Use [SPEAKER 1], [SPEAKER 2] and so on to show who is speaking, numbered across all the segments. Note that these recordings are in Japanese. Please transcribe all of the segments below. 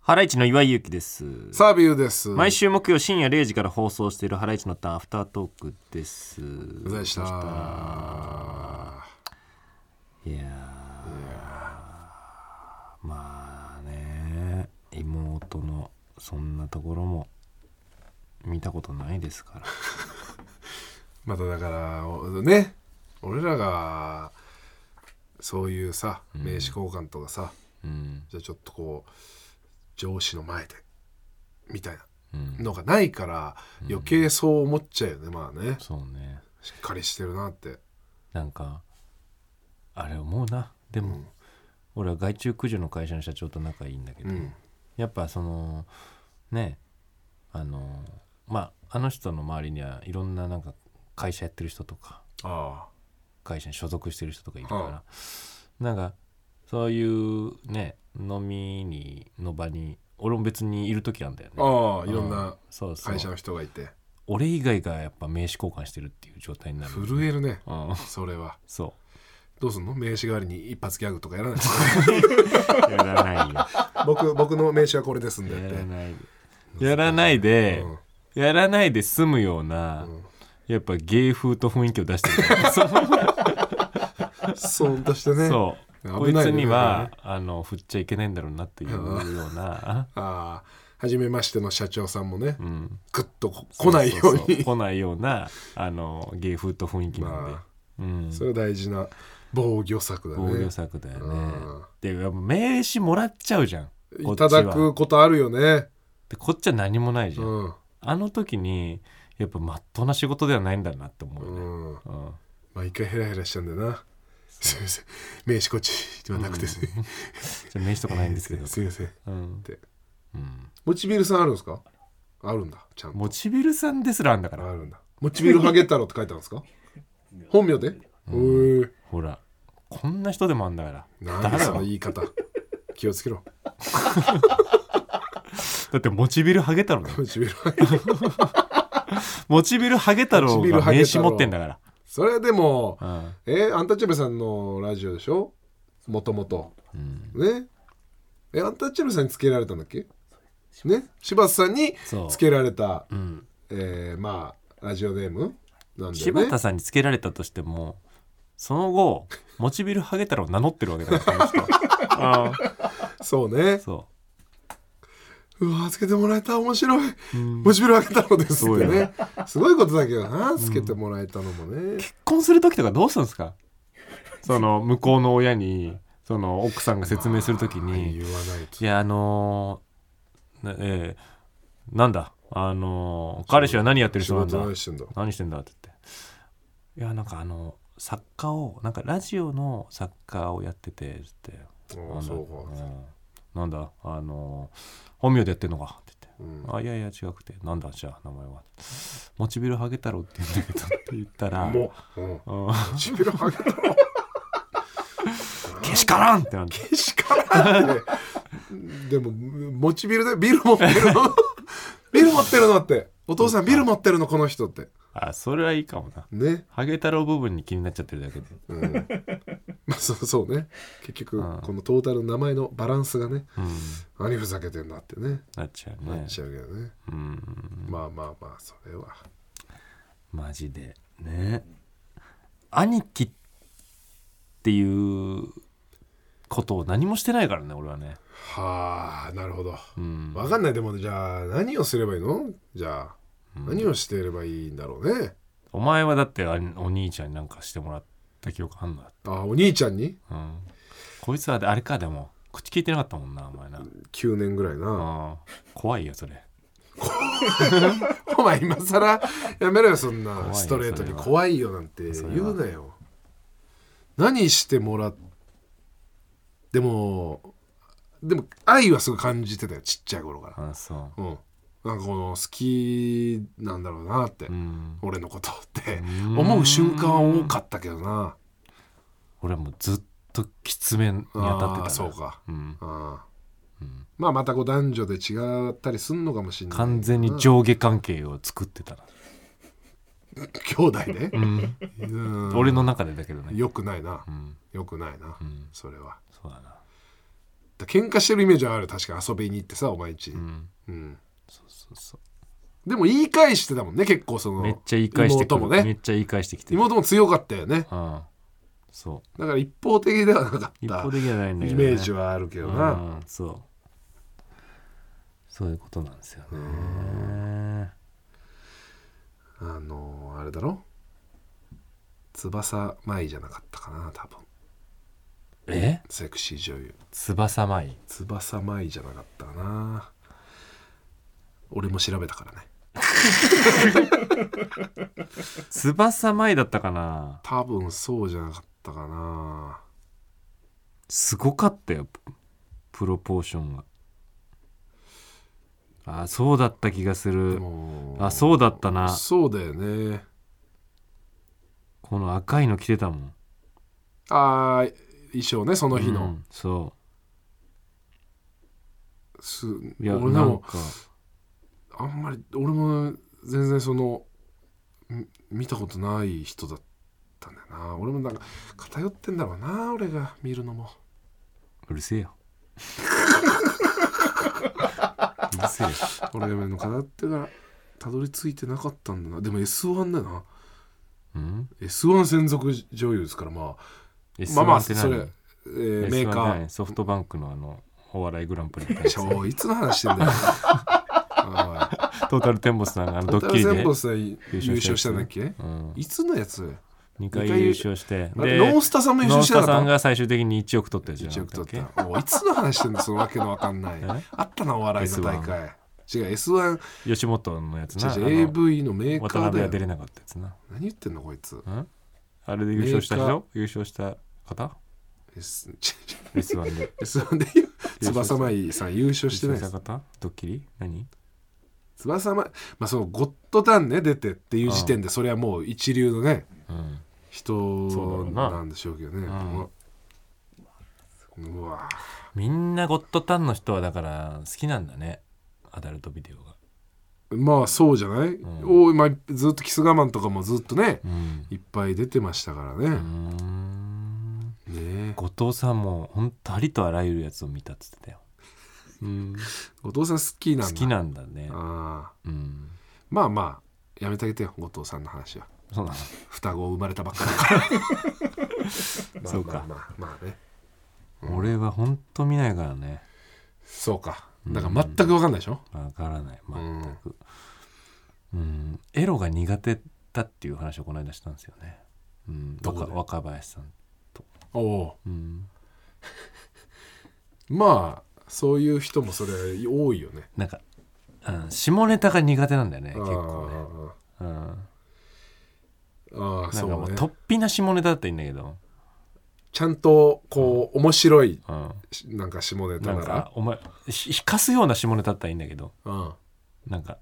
[SPEAKER 1] ハライチの岩井ゆきです。
[SPEAKER 2] サービューです。
[SPEAKER 1] 毎週木曜深夜0時から放送しているハライチのターンアフタートークです。
[SPEAKER 2] お疲れ様でした。
[SPEAKER 1] いやーまあね妹のそんなところも見たことないですから
[SPEAKER 2] まただからおね、俺らがそういうさ名刺交換とかさ、
[SPEAKER 1] うん
[SPEAKER 2] じゃあちょっとこう上司の前でみたい
[SPEAKER 1] うん
[SPEAKER 2] なのがないから余計そう思っちゃうよね。まあね、
[SPEAKER 1] そうね
[SPEAKER 2] しっかりしてるなって。
[SPEAKER 1] なんかあれ思うなで
[SPEAKER 2] う
[SPEAKER 1] も、
[SPEAKER 2] ん
[SPEAKER 1] 俺は外注駆除の会社の社長と仲いいんだけど、
[SPEAKER 2] うん
[SPEAKER 1] やっぱそのねあのまああの人の周りにはいろんななんか会社やってる人とか
[SPEAKER 2] あ
[SPEAKER 1] 会社に所属してる人とかいるから、
[SPEAKER 2] は
[SPEAKER 1] なんかそういうね飲みにの場に俺も別にいる時あんだよね
[SPEAKER 2] あああいろん
[SPEAKER 1] う
[SPEAKER 2] な
[SPEAKER 1] そうそう
[SPEAKER 2] 会社の人がいて
[SPEAKER 1] 俺以外がやっぱ名刺交換してるっていう状態になる
[SPEAKER 2] 震えるね。
[SPEAKER 1] うん
[SPEAKER 2] それは
[SPEAKER 1] そ
[SPEAKER 2] どうすんの名刺代わりに一発ギャグとかやらない。
[SPEAKER 1] うやらないよ
[SPEAKER 2] 僕僕の名刺はこれですんでっ
[SPEAKER 1] や
[SPEAKER 2] て
[SPEAKER 1] ら。ないやらないで、
[SPEAKER 2] うん
[SPEAKER 1] やらないで済むような、やっぱ芸風と雰囲気を出してる からそう
[SPEAKER 2] そんとしてね。
[SPEAKER 1] そう、こい
[SPEAKER 2] 危ないね
[SPEAKER 1] つには、あの振っちゃいけないんだろうなっていうよう な、
[SPEAKER 2] ああ、初めましての社長さんもね
[SPEAKER 1] う、ん、
[SPEAKER 2] グッとこ来ないよう
[SPEAKER 1] そそ
[SPEAKER 2] に。
[SPEAKER 1] 来ないようなあの芸風と雰囲気なんで、
[SPEAKER 2] まあ
[SPEAKER 1] うん、
[SPEAKER 2] それは大事な防御策だ
[SPEAKER 1] 防
[SPEAKER 2] ね
[SPEAKER 1] 御。策だよね
[SPEAKER 2] うん。
[SPEAKER 1] でやっぱ名刺もらっちゃうじゃん。こっ
[SPEAKER 2] い
[SPEAKER 1] ちは
[SPEAKER 2] ただくことあるよね。
[SPEAKER 1] でこっちは何もないじゃ。
[SPEAKER 2] うんん。
[SPEAKER 1] あの時にやっぱまっとうな仕事ではないんだなって思うよね。
[SPEAKER 2] うん。
[SPEAKER 1] うん
[SPEAKER 2] 毎回ヘラヘラしちゃうんだよな。すいません。名刺こっちではなくてすい
[SPEAKER 1] じゃあ名刺とかないんですけど。
[SPEAKER 2] すいません。
[SPEAKER 1] うん
[SPEAKER 2] て
[SPEAKER 1] うん、
[SPEAKER 2] モチビルさんあるんですかあるんだ。ちゃんと。
[SPEAKER 1] モチビルさんですらあんだか
[SPEAKER 2] あ
[SPEAKER 1] ら。
[SPEAKER 2] るんだ。モチビルハゲ太郎って書いてあるんで すか本名でおい。
[SPEAKER 1] ほらこんな人でもあんだから。
[SPEAKER 2] なんでその言い方。気をつけろ。
[SPEAKER 1] だってモチビルハゲ太郎だよ
[SPEAKER 2] モチビルハゲ
[SPEAKER 1] モチビルハゲ太郎が名刺持ってんだか
[SPEAKER 2] それでも、
[SPEAKER 1] ら。うん
[SPEAKER 2] えアンタッチャブルさんのラジオでしょもともと
[SPEAKER 1] うん
[SPEAKER 2] ねえアンタッチャブルさんにつけられたんだっけね柴田さんに
[SPEAKER 1] そう
[SPEAKER 2] つけられた、
[SPEAKER 1] うん
[SPEAKER 2] えーまあラジオネームなんだよ
[SPEAKER 1] 柴
[SPEAKER 2] ね
[SPEAKER 1] 田さんにつけられたとしてもその後モチビルハゲ太郎を名乗ってるわけだ からこの人あ
[SPEAKER 2] そうね
[SPEAKER 1] あそう
[SPEAKER 2] わつけてもらえた面白い
[SPEAKER 1] うん
[SPEAKER 2] モチベルあげたのです
[SPEAKER 1] そ
[SPEAKER 2] っ
[SPEAKER 1] う
[SPEAKER 2] て
[SPEAKER 1] よ
[SPEAKER 2] ねすごいことだけどなつけてもらえたのもね、
[SPEAKER 1] 結婚する時とかどうするんですかその向こうの親にその奥さんが説明する時に
[SPEAKER 2] 言わな
[SPEAKER 1] 「
[SPEAKER 2] い
[SPEAKER 1] い
[SPEAKER 2] と
[SPEAKER 1] やあのーなえーなんだあのー彼氏は何やってる
[SPEAKER 2] 仕
[SPEAKER 1] 人なん
[SPEAKER 2] 事
[SPEAKER 1] だ
[SPEAKER 2] 何してんだ
[SPEAKER 1] 何してんだ?」って言って「いやなんかあの作家をなんかラジオの作家をやってて」っつって
[SPEAKER 2] ああそうか
[SPEAKER 1] うんなんだあの本名でやってんのかって
[SPEAKER 2] うん
[SPEAKER 1] 言って、あいやいや違くてなんだじゃあ名前はモチビルハゲ太郎って言うんだけ どって言ったら
[SPEAKER 2] もう、うん、
[SPEAKER 1] うん
[SPEAKER 2] モチベルあげたの
[SPEAKER 1] けしからんってなって
[SPEAKER 2] けしからんって でも持ちビルでビル持ってるのビル持ってるのってお父さんビル持ってるのこの人って
[SPEAKER 1] あそれはいいかもな
[SPEAKER 2] ね、
[SPEAKER 1] ハゲ太郎部分に気になっちゃってるだけで、
[SPEAKER 2] うん、まあそうそうね結局
[SPEAKER 1] うん
[SPEAKER 2] このトータルの名前のバランスがね
[SPEAKER 1] うん、
[SPEAKER 2] 何ふざけてんだってね
[SPEAKER 1] なっちゃう
[SPEAKER 2] な
[SPEAKER 1] ね
[SPEAKER 2] っちゃうけどね
[SPEAKER 1] うん
[SPEAKER 2] まあまあまあそれは
[SPEAKER 1] マジでね兄貴っていうことを何もしてないからね俺はね
[SPEAKER 2] はあなるほど
[SPEAKER 1] うん
[SPEAKER 2] わかんないでもじゃあ何をすればいいのじゃあ何をしていればいいんだろうね
[SPEAKER 1] お前はだってあお兄ちゃんになんかしてもらった記憶あんのだって
[SPEAKER 2] あお兄ちゃんに
[SPEAKER 1] うんこいつはあれかでも口聞いてなかったもんなお前な、
[SPEAKER 2] 9年ぐらいな、
[SPEAKER 1] うん、怖いよそれ
[SPEAKER 2] お前今更やめろよそん
[SPEAKER 1] 怖い
[SPEAKER 2] な
[SPEAKER 1] よ
[SPEAKER 2] ストレートに
[SPEAKER 1] それは
[SPEAKER 2] 怖いよなんて
[SPEAKER 1] それは
[SPEAKER 2] 言うなよ何してもらっでもでも愛はすごい感じてたよちっちゃい頃か
[SPEAKER 1] あそ
[SPEAKER 2] らうんなんかこの好きなんだろうなって、
[SPEAKER 1] ううん
[SPEAKER 2] 俺のことって
[SPEAKER 1] ん
[SPEAKER 2] 思う瞬間は多かったけどな
[SPEAKER 1] 俺はもうずっときつめに当たってた
[SPEAKER 2] あ
[SPEAKER 1] な
[SPEAKER 2] ーそうか
[SPEAKER 1] うん、
[SPEAKER 2] ああ
[SPEAKER 1] うん
[SPEAKER 2] まあまたこう男女で違ったりすんのかもしれない
[SPEAKER 1] 完全に上下関係を作ってたな、
[SPEAKER 2] 兄弟で
[SPEAKER 1] う、 ん、
[SPEAKER 2] うん
[SPEAKER 1] 俺の中でだけどね
[SPEAKER 2] よくないな
[SPEAKER 1] うん
[SPEAKER 2] よくないな、
[SPEAKER 1] うん
[SPEAKER 2] それは
[SPEAKER 1] そうだな
[SPEAKER 2] だ喧嘩してるイメージはある確か遊びに行ってさお前んち、
[SPEAKER 1] う
[SPEAKER 2] うん
[SPEAKER 1] ん、そうそうそ
[SPEAKER 2] でも言い返してたもんね結構そうの
[SPEAKER 1] めっちゃ言い返してく
[SPEAKER 2] 妹
[SPEAKER 1] る、
[SPEAKER 2] もね
[SPEAKER 1] めっちゃ言い返してきてる
[SPEAKER 2] 妹も強かったよね
[SPEAKER 1] うんそ
[SPEAKER 2] だから一方的ではなか
[SPEAKER 1] う
[SPEAKER 2] っ
[SPEAKER 1] 一
[SPEAKER 2] た
[SPEAKER 1] 方的じゃないんだけ
[SPEAKER 2] イ
[SPEAKER 1] ど、ね、
[SPEAKER 2] メージはあるけどな、
[SPEAKER 1] うんそうそういうことなんですよね
[SPEAKER 2] あのーあれだろ翼舞じゃなかったかな多分
[SPEAKER 1] え
[SPEAKER 2] セクシー女優
[SPEAKER 1] 翼舞
[SPEAKER 2] 翼舞じゃなかったかな俺も調べたからね
[SPEAKER 1] 翼舞だったかな
[SPEAKER 2] 多分そうじゃなかったかな
[SPEAKER 1] すごかったよププロポーションがあそうだった気がす
[SPEAKER 2] で
[SPEAKER 1] る
[SPEAKER 2] も
[SPEAKER 1] あそうだったな
[SPEAKER 2] そうだよね
[SPEAKER 1] この赤いの着てたもん
[SPEAKER 2] あー衣装ねその日
[SPEAKER 1] う
[SPEAKER 2] の、
[SPEAKER 1] んそ
[SPEAKER 2] す
[SPEAKER 1] ういや
[SPEAKER 2] 俺で
[SPEAKER 1] なん
[SPEAKER 2] も
[SPEAKER 1] か
[SPEAKER 2] あんまり俺も全然そのみ見たことない人だったんだよな俺もなんか偏ってんだろうな俺が見るのも
[SPEAKER 1] うるせえようるせえよ
[SPEAKER 2] 俺が見るの偏ってからたどり着いてなかったんだなでも S1 だよな
[SPEAKER 1] うん
[SPEAKER 2] S1 専属女優ですからまあまあまあ
[SPEAKER 1] S1 って何
[SPEAKER 2] それ、えー
[SPEAKER 1] S1
[SPEAKER 2] メーカ
[SPEAKER 1] じゃな
[SPEAKER 2] ー
[SPEAKER 1] いソフトバンクのあのお笑いグランプリみたい
[SPEAKER 2] ちょいつの話してんだよお
[SPEAKER 1] なトータルテンボスさんがあの
[SPEAKER 2] い
[SPEAKER 1] ドッキリ
[SPEAKER 2] 渡辺
[SPEAKER 1] で
[SPEAKER 2] 先、輩さん優勝したんだっけ
[SPEAKER 1] うん、
[SPEAKER 2] いつのやつ
[SPEAKER 1] 2回優勝して
[SPEAKER 2] あれノンスタさんも優
[SPEAKER 1] ノン
[SPEAKER 2] 勝し
[SPEAKER 1] ス
[SPEAKER 2] て
[SPEAKER 1] タ
[SPEAKER 2] なかった
[SPEAKER 1] さんが最終的に1億取ったやつじ
[SPEAKER 2] 1
[SPEAKER 1] ゃなか
[SPEAKER 2] 億
[SPEAKER 1] ったっ
[SPEAKER 2] 取
[SPEAKER 1] け
[SPEAKER 2] ったおいいつの話してんだそのわけのわかんない
[SPEAKER 1] え
[SPEAKER 2] あったなお笑いの大会違う S1
[SPEAKER 1] 吉本のやつなあ
[SPEAKER 2] 違う
[SPEAKER 1] の
[SPEAKER 2] AV のメー
[SPEAKER 1] 渡
[SPEAKER 2] カー
[SPEAKER 1] 辺
[SPEAKER 2] だ
[SPEAKER 1] は
[SPEAKER 2] よ
[SPEAKER 1] 出れなかったやつな、
[SPEAKER 2] 何言ってんのこいつ
[SPEAKER 1] うん、あれで優勝した人優勝した方
[SPEAKER 2] S-
[SPEAKER 1] S1 で
[SPEAKER 2] S1 で 翼舞さん優勝してない
[SPEAKER 1] 優
[SPEAKER 2] で
[SPEAKER 1] 勝
[SPEAKER 2] す
[SPEAKER 1] した方ドッキリ何
[SPEAKER 2] 翼舞まあそのゴッドタンね出てっていう時点でそれはもう一流のね
[SPEAKER 1] うん
[SPEAKER 2] 人
[SPEAKER 1] そうだろうな
[SPEAKER 2] なんでしょうけどね
[SPEAKER 1] うん
[SPEAKER 2] もううわ
[SPEAKER 1] みんなゴッドタンの人はだから好きなんだねアダルトビデオが
[SPEAKER 2] まあそうじゃない
[SPEAKER 1] ん
[SPEAKER 2] おいまあずっとキス我慢とかもずっとね
[SPEAKER 1] うん
[SPEAKER 2] いっぱい出てましたから
[SPEAKER 1] うー
[SPEAKER 2] ね
[SPEAKER 1] ん
[SPEAKER 2] ねえ
[SPEAKER 1] 後藤さんもほんとありとあらゆるやつを見たっつってたよ、うん、
[SPEAKER 2] 後藤さん好きなんだ
[SPEAKER 1] 好きなんだね
[SPEAKER 2] ああ
[SPEAKER 1] うん
[SPEAKER 2] まあまあやめてあげてよ後藤さんの話は
[SPEAKER 1] そうなの
[SPEAKER 2] 双子生まれたばっかだからま あ
[SPEAKER 1] そうか
[SPEAKER 2] まあまあまあねうん
[SPEAKER 1] 俺はほんと見ないからね
[SPEAKER 2] そうかだから全く分かんないでしょ
[SPEAKER 1] わからない全くうん、エロが苦手だっていう話をこの間したんですよね、うん、
[SPEAKER 2] どこで
[SPEAKER 1] 若若林さん、
[SPEAKER 2] おお
[SPEAKER 1] うん、
[SPEAKER 2] うまあそういう人もそれ多いよね
[SPEAKER 1] なんか、うん、下ネタが苦手なんだよね結構ね、
[SPEAKER 2] ね
[SPEAKER 1] うん、
[SPEAKER 2] ああ
[SPEAKER 1] な
[SPEAKER 2] そ
[SPEAKER 1] んかも
[SPEAKER 2] う
[SPEAKER 1] う
[SPEAKER 2] ね
[SPEAKER 1] 突飛な下ネタだったらいいんだけど、
[SPEAKER 2] ちゃんとこう面白い
[SPEAKER 1] うん、
[SPEAKER 2] しなんか下ネ
[SPEAKER 1] な
[SPEAKER 2] タ
[SPEAKER 1] ん
[SPEAKER 2] なら
[SPEAKER 1] かお前ひ引かすような下ネタだったらいいんだけど
[SPEAKER 2] うん
[SPEAKER 1] なんか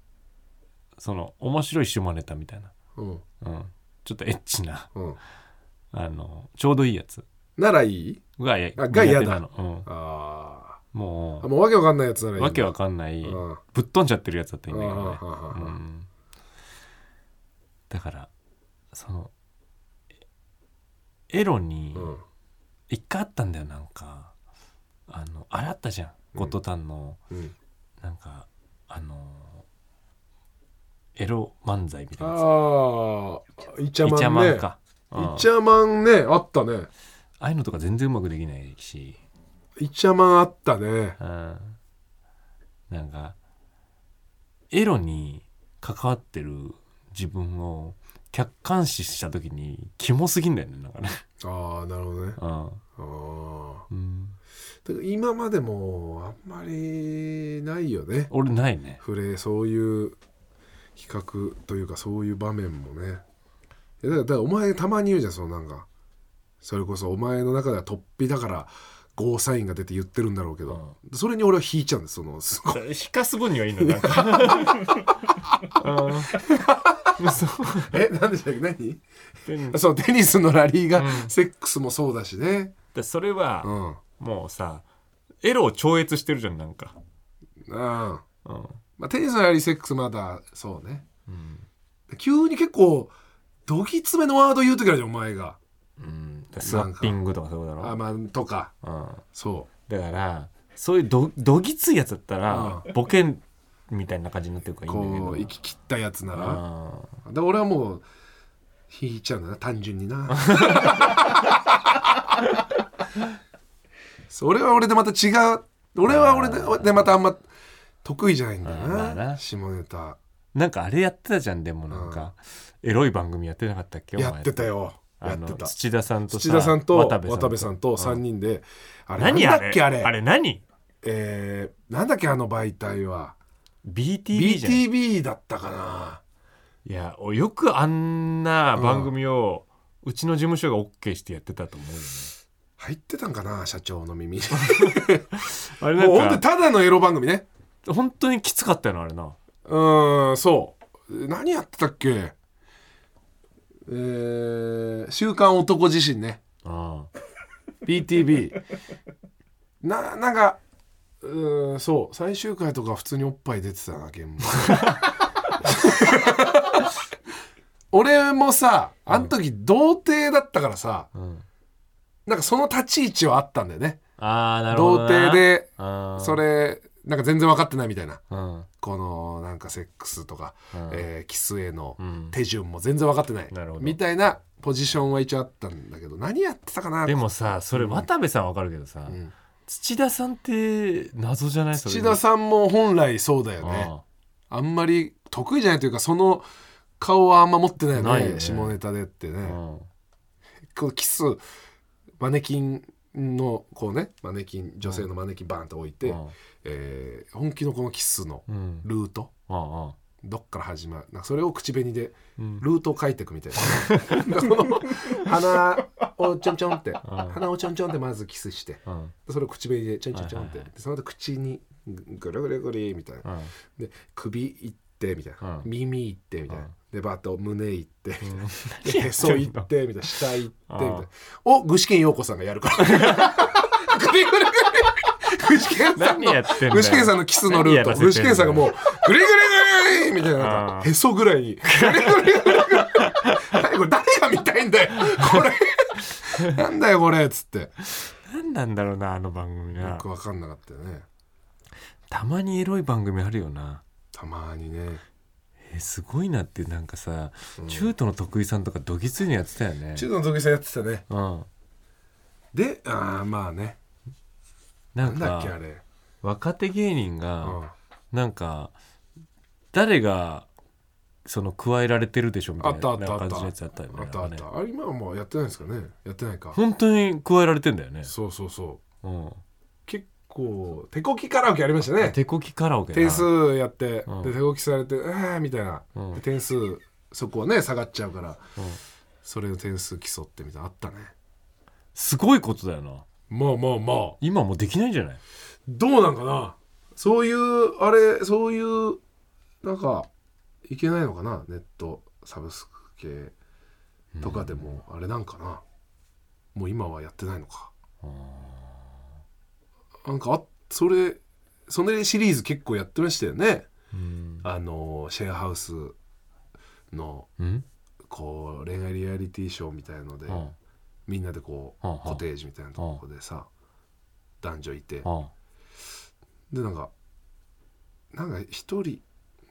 [SPEAKER 1] その面白い下ネタみたいな、
[SPEAKER 2] うん
[SPEAKER 1] うん、ちょっとエッチな
[SPEAKER 2] うん
[SPEAKER 1] あのちょうどいいやつ
[SPEAKER 2] ならいい
[SPEAKER 1] がや
[SPEAKER 2] あが
[SPEAKER 1] 苦
[SPEAKER 2] 嫌だ
[SPEAKER 1] 手なの、
[SPEAKER 2] あ
[SPEAKER 1] うん、も
[SPEAKER 2] ーあ
[SPEAKER 1] う
[SPEAKER 2] もうわけわかんないやつならいい
[SPEAKER 1] わけわ
[SPEAKER 2] か
[SPEAKER 1] かんない
[SPEAKER 2] んない
[SPEAKER 1] ぶっ飛んじゃってるやつだったらいいんだけどね
[SPEAKER 2] ああああああ
[SPEAKER 1] うんだからそのエロに
[SPEAKER 2] うん
[SPEAKER 1] 一回あったんだよなんかあのあれあったじゃん
[SPEAKER 2] うん
[SPEAKER 1] ゴッドタンの
[SPEAKER 2] うん
[SPEAKER 1] なんかあのエロ漫才みたいなや
[SPEAKER 2] ああ
[SPEAKER 1] つイ
[SPEAKER 2] イチ
[SPEAKER 1] チ
[SPEAKER 2] ャ
[SPEAKER 1] ャ
[SPEAKER 2] マ
[SPEAKER 1] マ
[SPEAKER 2] ン
[SPEAKER 1] ン
[SPEAKER 2] ね
[SPEAKER 1] かうん
[SPEAKER 2] イチャマンねあったね
[SPEAKER 1] ああいうのとか全然うまくできないし
[SPEAKER 2] イチャマンあったね
[SPEAKER 1] うんなんかエロに関わってる自分を客観視した時にキモすぎんだよねなんかね、
[SPEAKER 2] ああなるほどね
[SPEAKER 1] うん
[SPEAKER 2] あ
[SPEAKER 1] うん、
[SPEAKER 2] あだから今までもあんまりないよね
[SPEAKER 1] 俺ない ね
[SPEAKER 2] 触れそういう企画というかそういう場面もねいやだからだからお前たまに言うじゃんそのなんかそれこそお前の中では突飛だからゴーサインが出て言ってるんだろうけど、それに俺は引いちゃうんですそのすごい
[SPEAKER 1] 引かす分にはいいのなんか
[SPEAKER 2] えなんでしたっけ何 そうテニスのラリーが、
[SPEAKER 1] うん
[SPEAKER 2] セックスもそうだしね
[SPEAKER 1] それ
[SPEAKER 2] う
[SPEAKER 1] は
[SPEAKER 2] ん
[SPEAKER 1] もうさエロを超越してるじゃんなんか、
[SPEAKER 2] うん
[SPEAKER 1] うん
[SPEAKER 2] まあ、テニスのラリーセックスまだそうね急に結構どぎつめのワード言う時あるじゃんお前が
[SPEAKER 1] うん、スワッピングとかそうだろ
[SPEAKER 2] あまあとか
[SPEAKER 1] うん、
[SPEAKER 2] そ
[SPEAKER 1] だからそういうどどぎついやつだった
[SPEAKER 2] あ
[SPEAKER 1] らボケみたいな感じになってるからいいんだけ
[SPEAKER 2] こ
[SPEAKER 1] ど
[SPEAKER 2] う息切ったやつなら
[SPEAKER 1] あ
[SPEAKER 2] で俺はもう引いちゃうんだな単純 になそれは俺でまた違う俺は俺ででまたあんま得意じゃないんだよ
[SPEAKER 1] まあ
[SPEAKER 2] な
[SPEAKER 1] な
[SPEAKER 2] 下ネタ
[SPEAKER 1] ーなんかあれやってたじゃんでもなんかエロい番組やってなかったっけお前
[SPEAKER 2] やってたよや
[SPEAKER 1] あ
[SPEAKER 2] って
[SPEAKER 1] の
[SPEAKER 2] た
[SPEAKER 1] 土田さんとさ
[SPEAKER 2] 土田さんと渡部
[SPEAKER 1] 渡部
[SPEAKER 2] さ
[SPEAKER 1] さ
[SPEAKER 2] ん
[SPEAKER 1] ん
[SPEAKER 2] と3人であれ
[SPEAKER 1] 何
[SPEAKER 2] な
[SPEAKER 1] あ
[SPEAKER 2] んだ
[SPEAKER 1] れ
[SPEAKER 2] っけあれ
[SPEAKER 1] あれ何
[SPEAKER 2] えーなんだっけあの媒体は
[SPEAKER 1] BTV じゃん
[SPEAKER 2] BTV だったかない
[SPEAKER 1] やおよくあんな番組をうちの事務所が OK してやってたと思うよね
[SPEAKER 2] 入ってたんかな社長 の耳
[SPEAKER 1] あれ
[SPEAKER 2] もうほん
[SPEAKER 1] な
[SPEAKER 2] と
[SPEAKER 1] んか
[SPEAKER 2] ただのエロ番組ね
[SPEAKER 1] 本当にきつかったよなあれな
[SPEAKER 2] うーんそう何やってたっけえー「週刊男自身ね
[SPEAKER 1] ああ」
[SPEAKER 2] BTV ななんかうーんそう最終回とか普通におっぱい出てたな現場 俺もさあの時童貞だったからさ
[SPEAKER 1] うん
[SPEAKER 2] なんかその立ち位置はあったんだよね
[SPEAKER 1] ああなるほ
[SPEAKER 2] 童
[SPEAKER 1] どな
[SPEAKER 2] 貞で
[SPEAKER 1] ああ
[SPEAKER 2] それなんか全然分かってないみたいな
[SPEAKER 1] うん
[SPEAKER 2] このなんかセックスとか、
[SPEAKER 1] うん
[SPEAKER 2] えーキスへの
[SPEAKER 1] うん
[SPEAKER 2] 手順も全然分かってない、
[SPEAKER 1] なるほど
[SPEAKER 2] みたいなポジションは一応あったんだけど何やってたかな
[SPEAKER 1] でもさそれ渡部さんわかるけどさ
[SPEAKER 2] ん
[SPEAKER 1] 土田さんって謎じゃないそれ
[SPEAKER 2] 土田さんも本来そうだよね
[SPEAKER 1] あ
[SPEAKER 2] あんまり得意じゃないというかその顔はあんま持ってないよね
[SPEAKER 1] ないよね
[SPEAKER 2] 下ネタでってね、
[SPEAKER 1] あうん
[SPEAKER 2] こうキスマネキンのこうねマネキン女性のマネキンバーンと置いて、
[SPEAKER 1] うん
[SPEAKER 2] えー本気のこのキスの
[SPEAKER 1] うん
[SPEAKER 2] ルート
[SPEAKER 1] ああ
[SPEAKER 2] どっから始まるなんかそれを口紅で
[SPEAKER 1] うん
[SPEAKER 2] ルートを書いていくみたい なその鼻をちょんちょんって鼻をちょんちょんってまずキスして
[SPEAKER 1] うん
[SPEAKER 2] それを口紅でちょんちょんちょんって、
[SPEAKER 1] はいはい
[SPEAKER 2] でその後口にぐるぐるぐるみたい
[SPEAKER 1] う
[SPEAKER 2] な、
[SPEAKER 1] ん
[SPEAKER 2] で首いってみたいな、
[SPEAKER 1] うん
[SPEAKER 2] 耳いってみたいな、
[SPEAKER 1] うん
[SPEAKER 2] でバーッと胸いって みたいな、
[SPEAKER 1] 何やってんの
[SPEAKER 2] へそい ってみたいな下いってみたい
[SPEAKER 1] あ
[SPEAKER 2] な
[SPEAKER 1] あ
[SPEAKER 2] を具志堅用子さんがやるからぐるぐるぐる具志堅さんの
[SPEAKER 1] 何やってんだよ
[SPEAKER 2] 具志堅さんのキスのルート
[SPEAKER 1] 何やらせてんだよ
[SPEAKER 2] 具志堅さんがもうぐるぐるぐるみたいななんか
[SPEAKER 1] ああ
[SPEAKER 2] へそぐらいにぐるぐるぐるぐる 何これ誰が見たいんだよこれなんだよこれっつって
[SPEAKER 1] 何なんだろうなあの番組
[SPEAKER 2] よ
[SPEAKER 1] な
[SPEAKER 2] く分かんなかったよね
[SPEAKER 1] たまにエロい番組あるよな
[SPEAKER 2] たまにね
[SPEAKER 1] えすごいなってなんかさ、中途の徳井さんとかどぎついのやってたよね
[SPEAKER 2] 中途の時さんやってたね
[SPEAKER 1] うん
[SPEAKER 2] でああまあね
[SPEAKER 1] な
[SPEAKER 2] なんんだっけあ
[SPEAKER 1] か
[SPEAKER 2] れ
[SPEAKER 1] 若手芸人
[SPEAKER 2] うん
[SPEAKER 1] がなんか誰がその加えられてるでしょみたい
[SPEAKER 2] あ
[SPEAKER 1] な
[SPEAKER 2] ったあった
[SPEAKER 1] なんか感じのやつあったよね
[SPEAKER 2] あったあっ
[SPEAKER 1] なんかね
[SPEAKER 2] たあれ今はもうやってないんですかねやってないか
[SPEAKER 1] 本当に加えられてんだよね
[SPEAKER 2] そうそうそう
[SPEAKER 1] うん
[SPEAKER 2] 結構手こきカラオケありましたね
[SPEAKER 1] 手こきカラオケな
[SPEAKER 2] 点数やって、
[SPEAKER 1] うん
[SPEAKER 2] で手こきされて「ああ」みたいな、
[SPEAKER 1] うん
[SPEAKER 2] で点数そこはね下がっちゃうから
[SPEAKER 1] うん
[SPEAKER 2] それの点数競ってみたいなあったね
[SPEAKER 1] すごいことだよな
[SPEAKER 2] まあまあまあ
[SPEAKER 1] 今もうできないんじゃない
[SPEAKER 2] どうなんかなそういうあれそういうなんかいけないのかなネットサブスク系とかでも、あれなんかなもう今はやってないのかなんかあそれそれシリーズ結構やってましたよね
[SPEAKER 1] うん
[SPEAKER 2] あのシェアハウスの
[SPEAKER 1] うん
[SPEAKER 2] こう恋愛リアリティショーみたいので、
[SPEAKER 1] うん
[SPEAKER 2] みんなでこう、
[SPEAKER 1] うんうん
[SPEAKER 2] コテージみたいなとこでさ、男女いて、
[SPEAKER 1] うん
[SPEAKER 2] でなんかなんか一人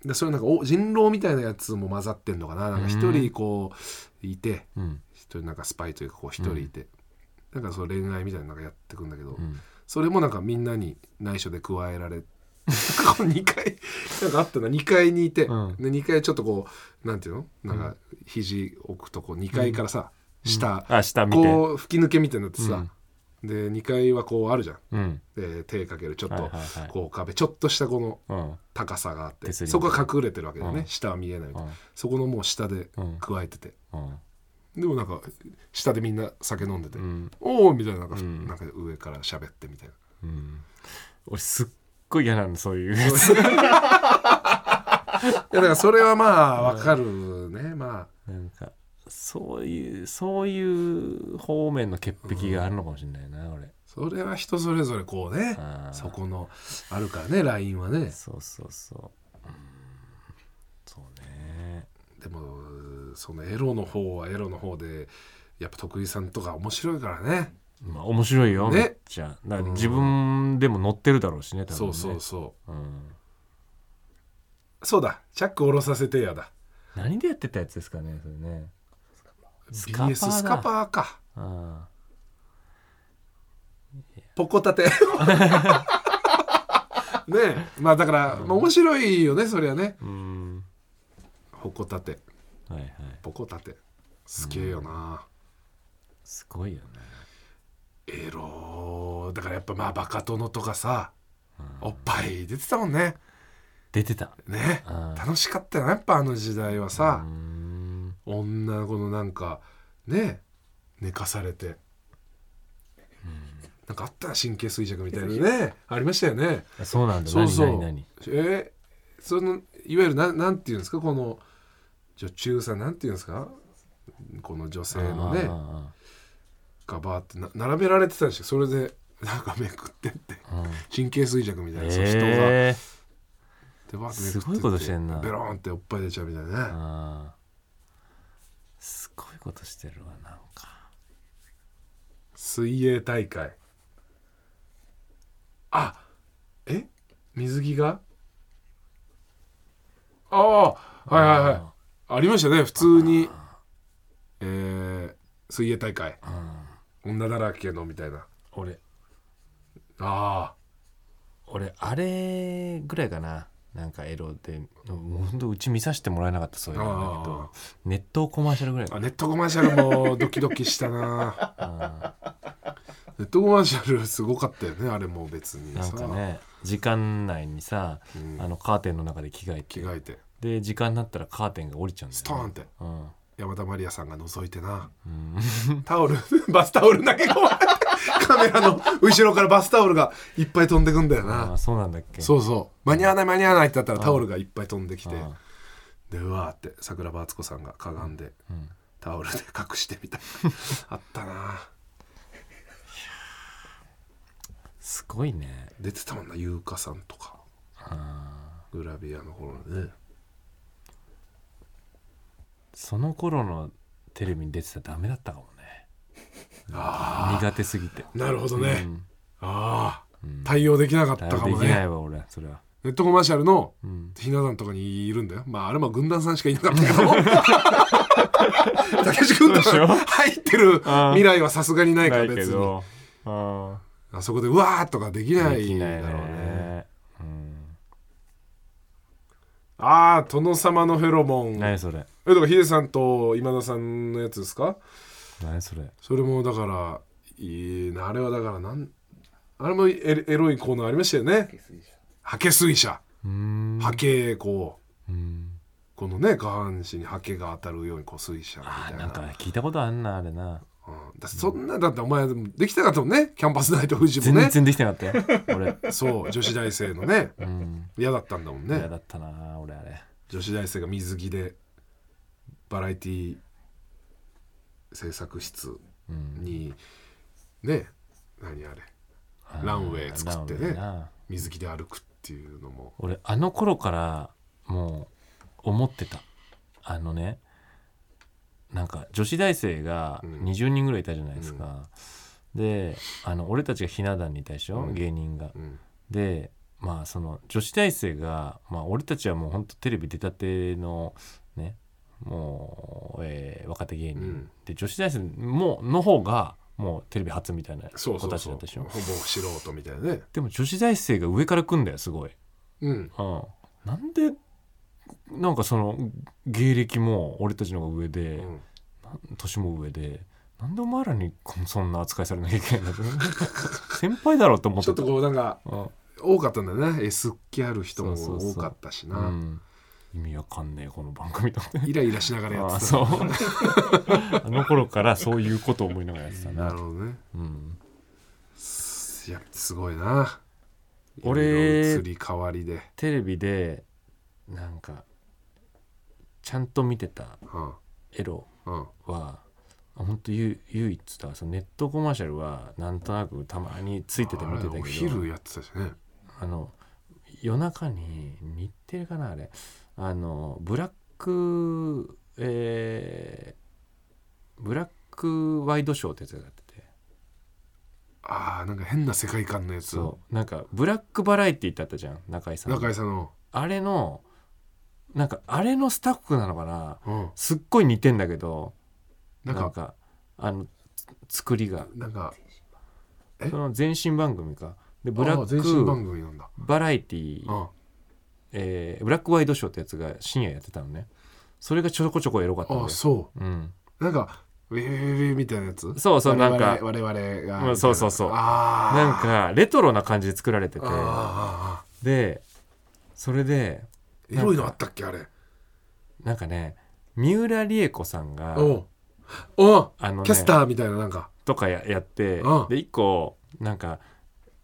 [SPEAKER 2] でそれなんかお人狼みたいなやつも混ざってんのかななんか一人こういて
[SPEAKER 1] うん
[SPEAKER 2] 一人なんかスパイというかこう一人いて、なんかその恋愛みたいなのなんかやってくんだけど、
[SPEAKER 1] うん
[SPEAKER 2] それもなんかみんなに内緒で加えられ こう2階なんかあったな2階にいて、
[SPEAKER 1] うん
[SPEAKER 2] で2階ちょっとこうなんていうのなんか肘置くとこ2階からさ、下、
[SPEAKER 1] あ下見て
[SPEAKER 2] こう吹き抜けみたいになってさ、で2階はこうあるじゃん
[SPEAKER 1] うん
[SPEAKER 2] で手かけるちょっと、
[SPEAKER 1] はいはいはい
[SPEAKER 2] こう壁ちょっとしたこの
[SPEAKER 1] うん
[SPEAKER 2] 高さがあって
[SPEAKER 1] 手すり
[SPEAKER 2] そこは隠れてるわけだよね、
[SPEAKER 1] うん
[SPEAKER 2] 下は見えないみたいな、
[SPEAKER 1] うん
[SPEAKER 2] そこのもう下で
[SPEAKER 1] うん
[SPEAKER 2] 加えてて、
[SPEAKER 1] うん
[SPEAKER 2] でもなんか下でみんな酒飲んでて「
[SPEAKER 1] ん
[SPEAKER 2] おお」みたいななんか,、
[SPEAKER 1] ん
[SPEAKER 2] なんか上から喋ってみたいな
[SPEAKER 1] うん俺すっごい嫌なのそういうやつ
[SPEAKER 2] いやだからそれはまあわかるねま
[SPEAKER 1] なんかそういうそういう方面の潔癖があるのかもしれないな、俺
[SPEAKER 2] あそれは人それぞれこうね
[SPEAKER 1] あー
[SPEAKER 2] そこのあるからねラインはね
[SPEAKER 1] そうそうそううんそうね
[SPEAKER 2] でもそのエロの方はエロの方でやっぱ徳井さんとか面白いからね
[SPEAKER 1] まあ、面白いよ、
[SPEAKER 2] ね
[SPEAKER 1] めっちゃだから自分でも乗ってるだろうしね多分
[SPEAKER 2] そ
[SPEAKER 1] ね、
[SPEAKER 2] うそうそう
[SPEAKER 1] ん、
[SPEAKER 2] うそうだチャック下ろさせてやだ
[SPEAKER 1] 何でやってたやつですかねそれねスカパーだ
[SPEAKER 2] BS スカパーか
[SPEAKER 1] あ
[SPEAKER 2] ポ コタテねえまあだから、まあ、面白いよねそりゃね
[SPEAKER 1] あうん
[SPEAKER 2] ポコタテ
[SPEAKER 1] はいはい
[SPEAKER 2] ポコタテすげえよな、
[SPEAKER 1] すごいよね
[SPEAKER 2] エロだからやっぱまあバカ殿とかさ、おっぱい出てたもんね
[SPEAKER 1] 出てた
[SPEAKER 2] ね
[SPEAKER 1] うん
[SPEAKER 2] 楽しかったよなやっぱあの時代は
[SPEAKER 1] う
[SPEAKER 2] さ、
[SPEAKER 1] ん
[SPEAKER 2] 女の子のなんかね寝かされて、なんかあったな神経衰弱みたいなねありましたよね
[SPEAKER 1] あそうなんだ
[SPEAKER 2] そうそう
[SPEAKER 1] 何何
[SPEAKER 2] えーそのいわゆるなんなんていうんですかこの女中さんなんていうんですかこの女性
[SPEAKER 1] 何
[SPEAKER 2] のね
[SPEAKER 1] あ
[SPEAKER 2] がバーってな並べられてたんですよそれでなんかめくってって
[SPEAKER 1] あああうん
[SPEAKER 2] 神経衰弱みたいな、そう人が
[SPEAKER 1] えー
[SPEAKER 2] でバーってめくってっ
[SPEAKER 1] す
[SPEAKER 2] て
[SPEAKER 1] ごいことしてんな
[SPEAKER 2] ベローンっておっぱい出ちゃうみたいなね
[SPEAKER 1] ああすごいことしてるわなんか
[SPEAKER 2] 水泳大会あえ水着がああはいはいはい
[SPEAKER 1] あ
[SPEAKER 2] ありましたね普通にえー水泳大会
[SPEAKER 1] あうん
[SPEAKER 2] 女だらけのみたいな
[SPEAKER 1] 俺
[SPEAKER 2] あ
[SPEAKER 1] 俺あれぐらいかななんかエロでもうほんとうち見させてもらえなかったそういうのなんだけどネットコマーシャルぐらい
[SPEAKER 2] ー
[SPEAKER 1] か
[SPEAKER 2] あネットコマーシャルもドキドキした な
[SPEAKER 1] な
[SPEAKER 2] ネットコマーシャルすごかったよねあれも別に
[SPEAKER 1] なん
[SPEAKER 2] さ
[SPEAKER 1] かね時間内にさ
[SPEAKER 2] うん
[SPEAKER 1] あのカーテンの中で着替え
[SPEAKER 2] 着
[SPEAKER 1] て
[SPEAKER 2] 替えて
[SPEAKER 1] で時間になったらカーテンが降りちゃうんだよね
[SPEAKER 2] ストーンっ
[SPEAKER 1] う
[SPEAKER 2] て
[SPEAKER 1] ん
[SPEAKER 2] 山田まりやさんが覗いてな
[SPEAKER 1] うん
[SPEAKER 2] タオル バスタオルだけが カメラの後ろからバスタオルがいっぱい飛んでくんだよ
[SPEAKER 1] あ
[SPEAKER 2] な
[SPEAKER 1] ーそうなんだっけ
[SPEAKER 2] そうそう間に合わない間に合わないってなったらタオルがいっぱい飛んできて
[SPEAKER 1] あ
[SPEAKER 2] でうわーって桜庭敦子さんがかがんで
[SPEAKER 1] ーうん
[SPEAKER 2] タオルで隠してみたい なあったな
[SPEAKER 1] すごいね
[SPEAKER 2] 出てたもんな優香さんとか
[SPEAKER 1] あ
[SPEAKER 2] グラビアの頃ね
[SPEAKER 1] ーその頃のテレビに出てたらダメだったかもね
[SPEAKER 2] あ
[SPEAKER 1] 苦手すぎて
[SPEAKER 2] あなるほどね、
[SPEAKER 1] うん
[SPEAKER 2] ああ
[SPEAKER 1] うん
[SPEAKER 2] 対応できなかっ
[SPEAKER 1] だ
[SPEAKER 2] た
[SPEAKER 1] い
[SPEAKER 2] か
[SPEAKER 1] ぶで
[SPEAKER 2] も
[SPEAKER 1] きない
[SPEAKER 2] ね
[SPEAKER 1] わ俺それは
[SPEAKER 2] ネットコマーシャルの
[SPEAKER 1] うん
[SPEAKER 2] ひな壇とかにいるんだよまああれも軍団さんしかいなかったけ ど武志君と
[SPEAKER 1] そうでしょ
[SPEAKER 2] か入ってる未来はさすがにないから別に
[SPEAKER 1] あ
[SPEAKER 2] あそこでうわーとかでき
[SPEAKER 1] あ
[SPEAKER 2] な
[SPEAKER 1] で
[SPEAKER 2] い
[SPEAKER 1] き
[SPEAKER 2] ん
[SPEAKER 1] ない
[SPEAKER 2] だ
[SPEAKER 1] だ
[SPEAKER 2] ろう
[SPEAKER 1] ろう
[SPEAKER 2] ね
[SPEAKER 1] ね、うん、
[SPEAKER 2] ああ殿様のフェロモン
[SPEAKER 1] 何それ
[SPEAKER 2] えだからヒデさんと今田さんのやつですか
[SPEAKER 1] 何それ
[SPEAKER 2] それもだからいいなあれはだからなんあれもエエロいコーナーありましたよねハケ水車
[SPEAKER 1] うーん
[SPEAKER 2] ハケこ
[SPEAKER 1] う
[SPEAKER 2] う
[SPEAKER 1] ん
[SPEAKER 2] このね下半身にハケが当たるようにこう水車み
[SPEAKER 1] あ
[SPEAKER 2] たいな
[SPEAKER 1] なんか聞いたことあんなあれな
[SPEAKER 2] うん、だってそんなだってお前でもできたかったもんねキャンパスナイト富士も
[SPEAKER 1] 全
[SPEAKER 2] ね
[SPEAKER 1] 然できてなかったよ俺
[SPEAKER 2] そう女子大生のね
[SPEAKER 1] うん
[SPEAKER 2] 嫌だったんだもん
[SPEAKER 1] 嫌
[SPEAKER 2] ね
[SPEAKER 1] だったな俺あれ
[SPEAKER 2] 女子大生が水着でバラエティ制作室
[SPEAKER 1] うん
[SPEAKER 2] にね何あれ
[SPEAKER 1] あ
[SPEAKER 2] ランウェイ作って
[SPEAKER 1] ランウ
[SPEAKER 2] ね
[SPEAKER 1] ェイな
[SPEAKER 2] 水着で歩くっていうのも
[SPEAKER 1] 俺あの頃からもう思ってたあのねなんか女子大生が
[SPEAKER 2] うん
[SPEAKER 1] 20人ぐらいいたじゃないですか、であの俺たちがひな壇にいたでしょ、
[SPEAKER 2] うん
[SPEAKER 1] 芸人が
[SPEAKER 2] うん
[SPEAKER 1] でまあその女子大生が、まあ、俺たちはもうほんとテレビ出たてのねもう、えー若手芸人、
[SPEAKER 2] うん
[SPEAKER 1] で女子大生もの方がもうテレビ初みたいな
[SPEAKER 2] そ
[SPEAKER 1] 子
[SPEAKER 2] うそう
[SPEAKER 1] たち
[SPEAKER 2] そ
[SPEAKER 1] だ
[SPEAKER 2] う
[SPEAKER 1] ったでしょ
[SPEAKER 2] ほぼ素人みたいなね
[SPEAKER 1] でも女子大生が上から来んだよすごい、
[SPEAKER 2] うん
[SPEAKER 1] うん、なんでなんかその芸歴も俺たちの方が上で、
[SPEAKER 2] うん
[SPEAKER 1] 年も上でなんでお前らにこんそんな扱いされなきゃいけないんだろう 先輩だろって思っ
[SPEAKER 2] ちょ
[SPEAKER 1] て
[SPEAKER 2] ったとこうなんか
[SPEAKER 1] うん
[SPEAKER 2] 多かったんだよね S っ気ある人も
[SPEAKER 1] そうそうそう
[SPEAKER 2] 多かったし
[SPEAKER 1] う、
[SPEAKER 2] なん
[SPEAKER 1] 意味わかんねえこの番組と思って
[SPEAKER 2] イライラしながらや
[SPEAKER 1] あ
[SPEAKER 2] っ
[SPEAKER 1] あ
[SPEAKER 2] てた
[SPEAKER 1] そう あの頃からそういうことを思いながらやってた
[SPEAKER 2] なる
[SPEAKER 1] な、
[SPEAKER 2] ほどね
[SPEAKER 1] うん、
[SPEAKER 2] いやすごいな
[SPEAKER 1] 俺
[SPEAKER 2] いろいろ移り変わりで、
[SPEAKER 1] テレビでなんかちゃんと見てた
[SPEAKER 2] うん
[SPEAKER 1] エロ
[SPEAKER 2] うん、
[SPEAKER 1] は本当唯唯一だそのネットコマーシャルはなんとなくたまについてて見てた
[SPEAKER 2] あれお
[SPEAKER 1] けど
[SPEAKER 2] 昼やってたしね
[SPEAKER 1] あの夜中に日テレかなあれあのブラックえーブラックワイドショーってやつがやってて
[SPEAKER 2] あーなんか変な世界観のやつ
[SPEAKER 1] そうなんかブラックバラエティってあったじゃん中井さん
[SPEAKER 2] 中井さんの、
[SPEAKER 1] あれのなんかあれのスタッフなのかな
[SPEAKER 2] うん、
[SPEAKER 1] すっごい似てんだけど
[SPEAKER 2] な
[SPEAKER 1] なんか
[SPEAKER 2] んか
[SPEAKER 1] あのつ作りが
[SPEAKER 2] なんかえ
[SPEAKER 1] その前身番組かでブラ
[SPEAKER 2] あー全身番
[SPEAKER 1] ック
[SPEAKER 2] 組なんだ
[SPEAKER 1] バラエティ
[SPEAKER 2] あ
[SPEAKER 1] えーブラックワイドショーってやつが深夜やってたのねそれがちょこちょこエロかったん
[SPEAKER 2] あ
[SPEAKER 1] で
[SPEAKER 2] そ
[SPEAKER 1] うん、
[SPEAKER 2] うなんかウェイウェイウェイみたいなやつ
[SPEAKER 1] そうそうなんか
[SPEAKER 2] 我々我々
[SPEAKER 1] う
[SPEAKER 2] が
[SPEAKER 1] んそうそうそう
[SPEAKER 2] ああ
[SPEAKER 1] なんかレトロな感じで作られてて
[SPEAKER 2] あ
[SPEAKER 1] でそれで
[SPEAKER 2] ーあーあーエロいのあったっけあれ
[SPEAKER 1] なんかね三浦理恵子さんが
[SPEAKER 2] おうおう
[SPEAKER 1] あの、ね、
[SPEAKER 2] キャスターみたいななんか
[SPEAKER 1] とかややって
[SPEAKER 2] うん
[SPEAKER 1] で一個なんか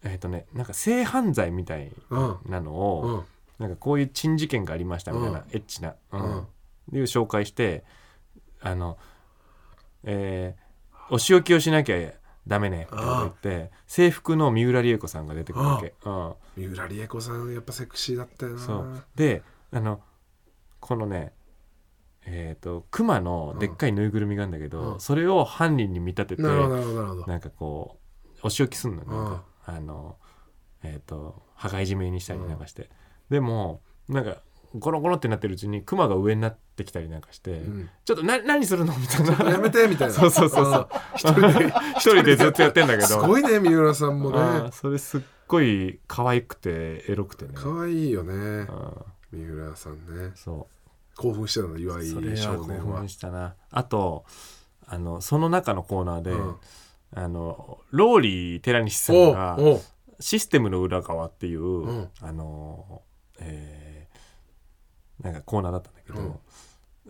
[SPEAKER 1] えっ、とねなんか性犯罪みたい
[SPEAKER 2] うん
[SPEAKER 1] なの
[SPEAKER 2] う
[SPEAKER 1] を
[SPEAKER 2] ん
[SPEAKER 1] なんかこういう珍事件がありましたみたいな、
[SPEAKER 2] うん
[SPEAKER 1] エッチな、う
[SPEAKER 2] うんん
[SPEAKER 1] っていう紹介してあのえーお仕置きをしなきゃダメねって言って制服の三浦理恵子さんが出てくるわけ、うん、
[SPEAKER 2] 三浦理恵子さんやっぱセクシーだったよな
[SPEAKER 1] そうであのこのねえっ、と熊のでっかいぬいぐるみがあるんだけど、
[SPEAKER 2] うん
[SPEAKER 1] それを犯人に見立てて、
[SPEAKER 2] なるほどなるほどなるほど
[SPEAKER 1] なんかこうお仕置きすんのよなんか、あのえっ、と羽交い締めにしたりなんかして、でもなんかゴロゴロってなってるうちにクマが上になってきたりなんかして、
[SPEAKER 2] うん
[SPEAKER 1] ちょっとな何するのみたい
[SPEAKER 2] や
[SPEAKER 1] な
[SPEAKER 2] めてみたいな
[SPEAKER 1] そうそうそうそう
[SPEAKER 2] 一人で
[SPEAKER 1] 一人でずっとやってんだけど
[SPEAKER 2] すごいね三浦さんも
[SPEAKER 1] あ
[SPEAKER 2] ね
[SPEAKER 1] ーそれすっごい可愛くてエロくてね
[SPEAKER 2] 可愛いよね
[SPEAKER 1] うん
[SPEAKER 2] 三浦さんね
[SPEAKER 1] そう
[SPEAKER 2] 興奮してたの岩井
[SPEAKER 1] そ
[SPEAKER 2] 少
[SPEAKER 1] れは興
[SPEAKER 2] 年は
[SPEAKER 1] 奮したなあとあのその中のコーナーで、
[SPEAKER 2] うん
[SPEAKER 1] あのローリー寺西さん
[SPEAKER 2] お
[SPEAKER 1] が
[SPEAKER 2] うおう
[SPEAKER 1] 「システムの裏側」っていう、
[SPEAKER 2] ん
[SPEAKER 1] あのえーなんかコーナーだったんだけど、
[SPEAKER 2] うん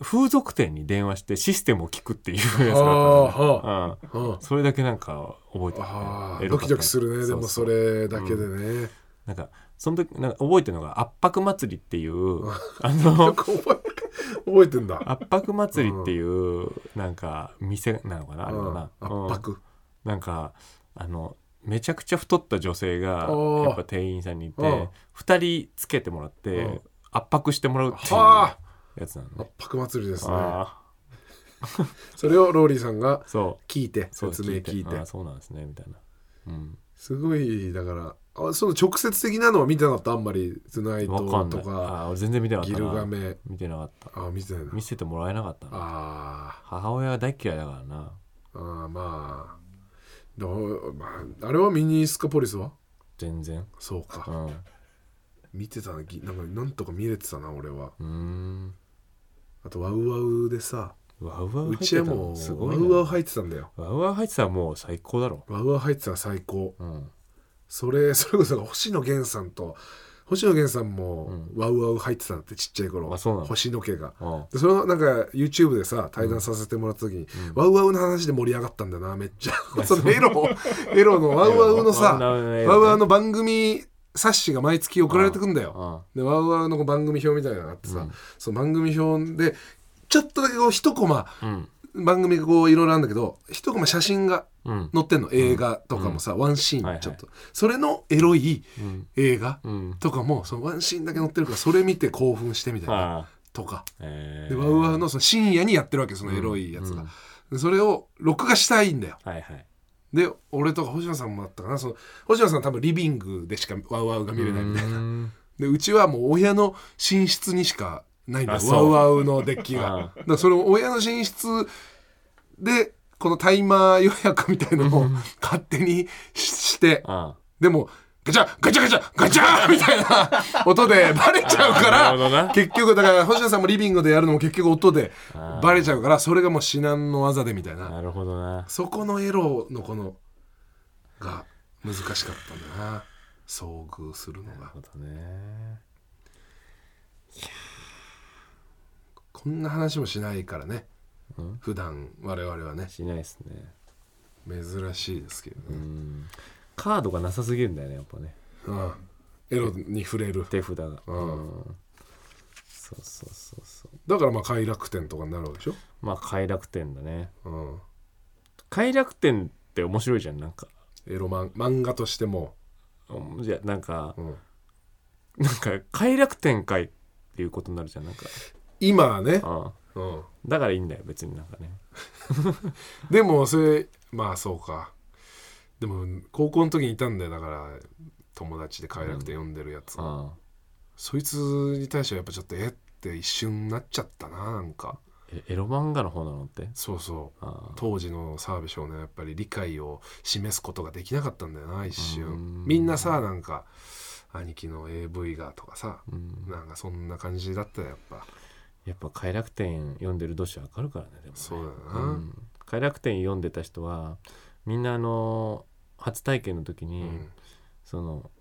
[SPEAKER 1] 風俗店に電話してシステムを聞くっていうやつ
[SPEAKER 2] あ
[SPEAKER 1] があったんだよ
[SPEAKER 2] あは
[SPEAKER 1] うん
[SPEAKER 2] あうん
[SPEAKER 1] それだけなんか覚えてる、
[SPEAKER 2] あ
[SPEAKER 1] エ
[SPEAKER 2] ー
[SPEAKER 1] ロ
[SPEAKER 2] ド
[SPEAKER 1] か
[SPEAKER 2] キ
[SPEAKER 1] った
[SPEAKER 2] ドキするねでも
[SPEAKER 1] そうそ
[SPEAKER 2] そ
[SPEAKER 1] う
[SPEAKER 2] れだけでね
[SPEAKER 1] なんかその時なんか覚えてるのが圧迫祭りっていうあ
[SPEAKER 2] よ
[SPEAKER 1] の
[SPEAKER 2] く覚え覚えてんだ
[SPEAKER 1] 圧迫祭りっていうなんか店なのか なあれかな、
[SPEAKER 2] うん
[SPEAKER 1] うん
[SPEAKER 2] 圧迫
[SPEAKER 1] なんかあのめちゃくちゃ太った女性が
[SPEAKER 2] おー
[SPEAKER 1] やっぱ店員さんにいて
[SPEAKER 2] うん
[SPEAKER 1] 2人つけてもらっ
[SPEAKER 2] う
[SPEAKER 1] て
[SPEAKER 2] ん
[SPEAKER 1] 圧迫してもらうっていう
[SPEAKER 2] はあ
[SPEAKER 1] やつなのね
[SPEAKER 2] 圧迫祭りですね
[SPEAKER 1] あ
[SPEAKER 2] それをローリーさんが
[SPEAKER 1] ーそう
[SPEAKER 2] 聞いて
[SPEAKER 1] そう
[SPEAKER 2] 説明聞い
[SPEAKER 1] あー
[SPEAKER 2] て
[SPEAKER 1] そうなんですねみたいな、うん、
[SPEAKER 2] すごいだからあその直接的なのは見てなかったあんまり「トゥナイ
[SPEAKER 1] わか
[SPEAKER 2] ト」
[SPEAKER 1] んな
[SPEAKER 2] と
[SPEAKER 1] い
[SPEAKER 2] か
[SPEAKER 1] あー俺全然見て
[SPEAKER 2] 「
[SPEAKER 1] なかっ
[SPEAKER 2] ギ
[SPEAKER 1] た
[SPEAKER 2] ルガ
[SPEAKER 1] な
[SPEAKER 2] メ
[SPEAKER 1] 見てなかっ」た
[SPEAKER 2] あ見てないな
[SPEAKER 1] 見せてもらえなかったな
[SPEAKER 2] あ
[SPEAKER 1] 母親が大嫌いだからな
[SPEAKER 2] ーあーまあどうまああれはミニスカポリスは
[SPEAKER 1] 全然
[SPEAKER 2] そう
[SPEAKER 1] う
[SPEAKER 2] か
[SPEAKER 1] んう
[SPEAKER 2] 見てたなぎなんかなんとか見れてたな俺は
[SPEAKER 1] ーん
[SPEAKER 2] あとワウワウでさ
[SPEAKER 1] ワウワウ入
[SPEAKER 2] う
[SPEAKER 1] って
[SPEAKER 2] ち
[SPEAKER 1] た
[SPEAKER 2] はも
[SPEAKER 1] のす
[SPEAKER 2] う
[SPEAKER 1] ご
[SPEAKER 2] ワ
[SPEAKER 1] い
[SPEAKER 2] ウワウ
[SPEAKER 1] な
[SPEAKER 2] 入ってたんだよ
[SPEAKER 1] ワウワウ入ってたらもう最高だろ
[SPEAKER 2] ワウワウ入ってたら最高
[SPEAKER 1] うん
[SPEAKER 2] それそれこそ星野源さんと星野源さんも
[SPEAKER 1] うん
[SPEAKER 2] ワウワウ入ってたんだってちっちゃい頃
[SPEAKER 1] あそうなの
[SPEAKER 2] 星野家が
[SPEAKER 1] うん
[SPEAKER 2] でそのなんか YouTube でさ対談させてもらった時に、ワウワウの話で盛り上がったんだよなめっちゃ そのエロエロのワウワウの
[SPEAKER 1] ワ
[SPEAKER 2] さ
[SPEAKER 1] ウワウのエロね
[SPEAKER 2] ワウワウの番組冊子が毎月送られてくんだよ
[SPEAKER 1] うん
[SPEAKER 2] でワウワウのこう番組表みたいなのがあってさ、その番組表でちょっとだけこう一コマ
[SPEAKER 1] うん
[SPEAKER 2] 番組がこういろいろあるんだけど一コマ写真が
[SPEAKER 1] うん
[SPEAKER 2] 載ってんの映画とかもさ、ワンシ
[SPEAKER 1] はい
[SPEAKER 2] ー
[SPEAKER 1] は
[SPEAKER 2] ン
[SPEAKER 1] い
[SPEAKER 2] ちょっと、それのエロい
[SPEAKER 1] うん
[SPEAKER 2] 映画
[SPEAKER 1] うん
[SPEAKER 2] とかもそのワンシーンだけ載ってるからそれ見て興奮してみたいな
[SPEAKER 1] ああ
[SPEAKER 2] とか
[SPEAKER 1] え
[SPEAKER 2] で
[SPEAKER 1] ー
[SPEAKER 2] ワウワウのその深夜にやってるわけそのエロいやつが、でそれを録画したいんだよ
[SPEAKER 1] はいはい
[SPEAKER 2] で俺とか星野さんもあったかなその星野さんは多分リビングでしかワウワウが見れないみたいな
[SPEAKER 1] うん
[SPEAKER 2] でうちはもう親の寝室にしかないんだ
[SPEAKER 1] あ
[SPEAKER 2] よ
[SPEAKER 1] そ
[SPEAKER 2] ワウ
[SPEAKER 1] う
[SPEAKER 2] ワウのデッキ
[SPEAKER 1] うん
[SPEAKER 2] がだからそれを親の寝室でこのタイマー予約みたいのを勝手にしして
[SPEAKER 1] あ
[SPEAKER 2] でもガチャガチャガチャガチャみたいな 音でバレちゃうか
[SPEAKER 1] あーなるほどな
[SPEAKER 2] ら結局だから星野さんもリビングでやるのも結局音で
[SPEAKER 1] あー
[SPEAKER 2] バレちゃうからそれがもう至難の技でみたい
[SPEAKER 1] あ
[SPEAKER 2] な
[SPEAKER 1] なるほどな
[SPEAKER 2] そこのエロのこのが難しかったな遭遇するの
[SPEAKER 1] な
[SPEAKER 2] が
[SPEAKER 1] るほどね
[SPEAKER 2] こんな話もしないからね
[SPEAKER 1] うん
[SPEAKER 2] 普段我々はね
[SPEAKER 1] しないですね
[SPEAKER 2] 珍しいですけど
[SPEAKER 1] う
[SPEAKER 2] ね、
[SPEAKER 1] んカードがなさすぎるんだよねやっぱね
[SPEAKER 2] うんエロに触れる
[SPEAKER 1] 手札が
[SPEAKER 2] う
[SPEAKER 1] うんんそうそうそうそう
[SPEAKER 2] だからまあ快楽天とかになるわけでしょ、
[SPEAKER 1] まあ快楽天だね
[SPEAKER 2] うん、
[SPEAKER 1] 快楽天って面白いじゃんなんか
[SPEAKER 2] エロ漫漫画としても、
[SPEAKER 1] うんじゃなんか
[SPEAKER 2] うん
[SPEAKER 1] なんか快楽天会っていうことになるじゃんなんか
[SPEAKER 2] 今はね、
[SPEAKER 1] あ
[SPEAKER 2] うん、
[SPEAKER 1] だからいいんだよ別になんかね
[SPEAKER 2] でもそれまあそうかでも高校の時にいたんだよだから友達で快楽天読んでるやつ、
[SPEAKER 1] あ
[SPEAKER 2] そいつに対してはやっぱちょっとえって一瞬なっちゃったななんか
[SPEAKER 1] えエロ漫画の方なのって
[SPEAKER 2] そうそう
[SPEAKER 1] あ
[SPEAKER 2] 当時の澤部少年はやっぱり理解を示すことができなかったんだよな
[SPEAKER 1] う
[SPEAKER 2] 一瞬
[SPEAKER 1] ん
[SPEAKER 2] みんなさなんか兄貴の AV がとかさ
[SPEAKER 1] ーうん
[SPEAKER 2] なんかそんな感じだったよやっぱ
[SPEAKER 1] やっぱ快楽天読んでる年はわかるからねでもね
[SPEAKER 2] そうだよな、
[SPEAKER 1] うん快楽天読んでた人はみんなあの初体験の時
[SPEAKER 2] う
[SPEAKER 1] に、
[SPEAKER 2] ん
[SPEAKER 1] その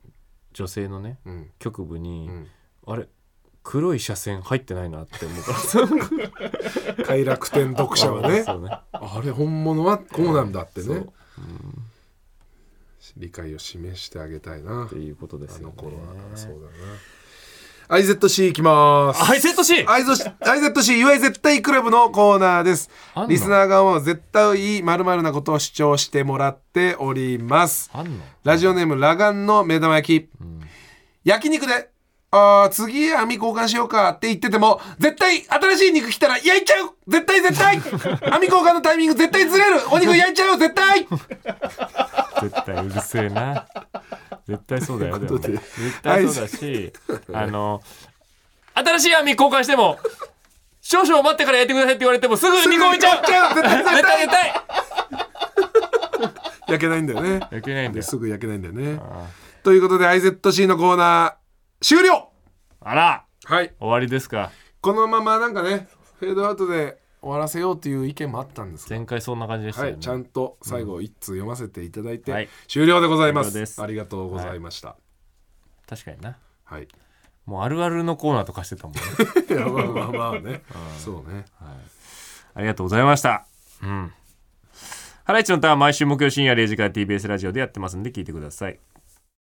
[SPEAKER 1] 女性のね
[SPEAKER 2] うん
[SPEAKER 1] 局部に、
[SPEAKER 2] うん
[SPEAKER 1] あれ黒い車線入ってないなって 思うから
[SPEAKER 2] 快楽天読者は ね
[SPEAKER 1] そうね
[SPEAKER 2] あれ本物はこうなんだって
[SPEAKER 1] そう
[SPEAKER 2] ね理解を示してあげたいな
[SPEAKER 1] っていうことで
[SPEAKER 2] あ
[SPEAKER 1] すよ
[SPEAKER 2] の
[SPEAKER 1] ね
[SPEAKER 2] 頃はそうだな IZC いきまーす
[SPEAKER 1] ハイセット C!
[SPEAKER 2] IZC IZC 岩井絶対クラブのコーナーです
[SPEAKER 1] あんの
[SPEAKER 2] リスナー側も絶対まるなことを主張してもらっております
[SPEAKER 1] あんの
[SPEAKER 2] ラジオネームラガンの目玉焼き、
[SPEAKER 1] ん
[SPEAKER 2] 焼肉であー次網交換しようかって言ってても絶対新しい肉来たら焼いちゃう絶対 絶対網交換のタイミング絶対ずれるお肉焼いちゃう 絶対
[SPEAKER 1] 絶対うるせえな絶対そうだ よで
[SPEAKER 2] という
[SPEAKER 1] も
[SPEAKER 2] ことで
[SPEAKER 1] 絶対そうだしあの新しい網交換しても少々待ってからやってくださいって言われてもすぐ見込めちゃう
[SPEAKER 2] 焼いちゃう絶対
[SPEAKER 1] 絶対絶対
[SPEAKER 2] 焼けないんだよね
[SPEAKER 1] いけないんだよ
[SPEAKER 2] すぐ焼けないんだよね
[SPEAKER 1] あ
[SPEAKER 2] ということで IZC のコーナー終了
[SPEAKER 1] あら
[SPEAKER 2] はい
[SPEAKER 1] 終わりですか
[SPEAKER 2] このままなんかねフェードアウトで終わらせようという意見もあったんですが
[SPEAKER 1] 前回そんな感じでした
[SPEAKER 2] は
[SPEAKER 1] よね
[SPEAKER 2] い、ちゃんと最後一通読ませていただいて、
[SPEAKER 1] はい
[SPEAKER 2] 終了でございま
[SPEAKER 1] 終了ですす
[SPEAKER 2] ありがとうございました
[SPEAKER 1] 確かにな
[SPEAKER 2] はい、
[SPEAKER 1] もうあるあるのコーナーとかしてたもんね
[SPEAKER 2] いやまあまあまあねそうね
[SPEAKER 1] ありがとうございましたうんハライチのターン毎週木曜深夜0時から TBS ラジオでやってますんで聞いてください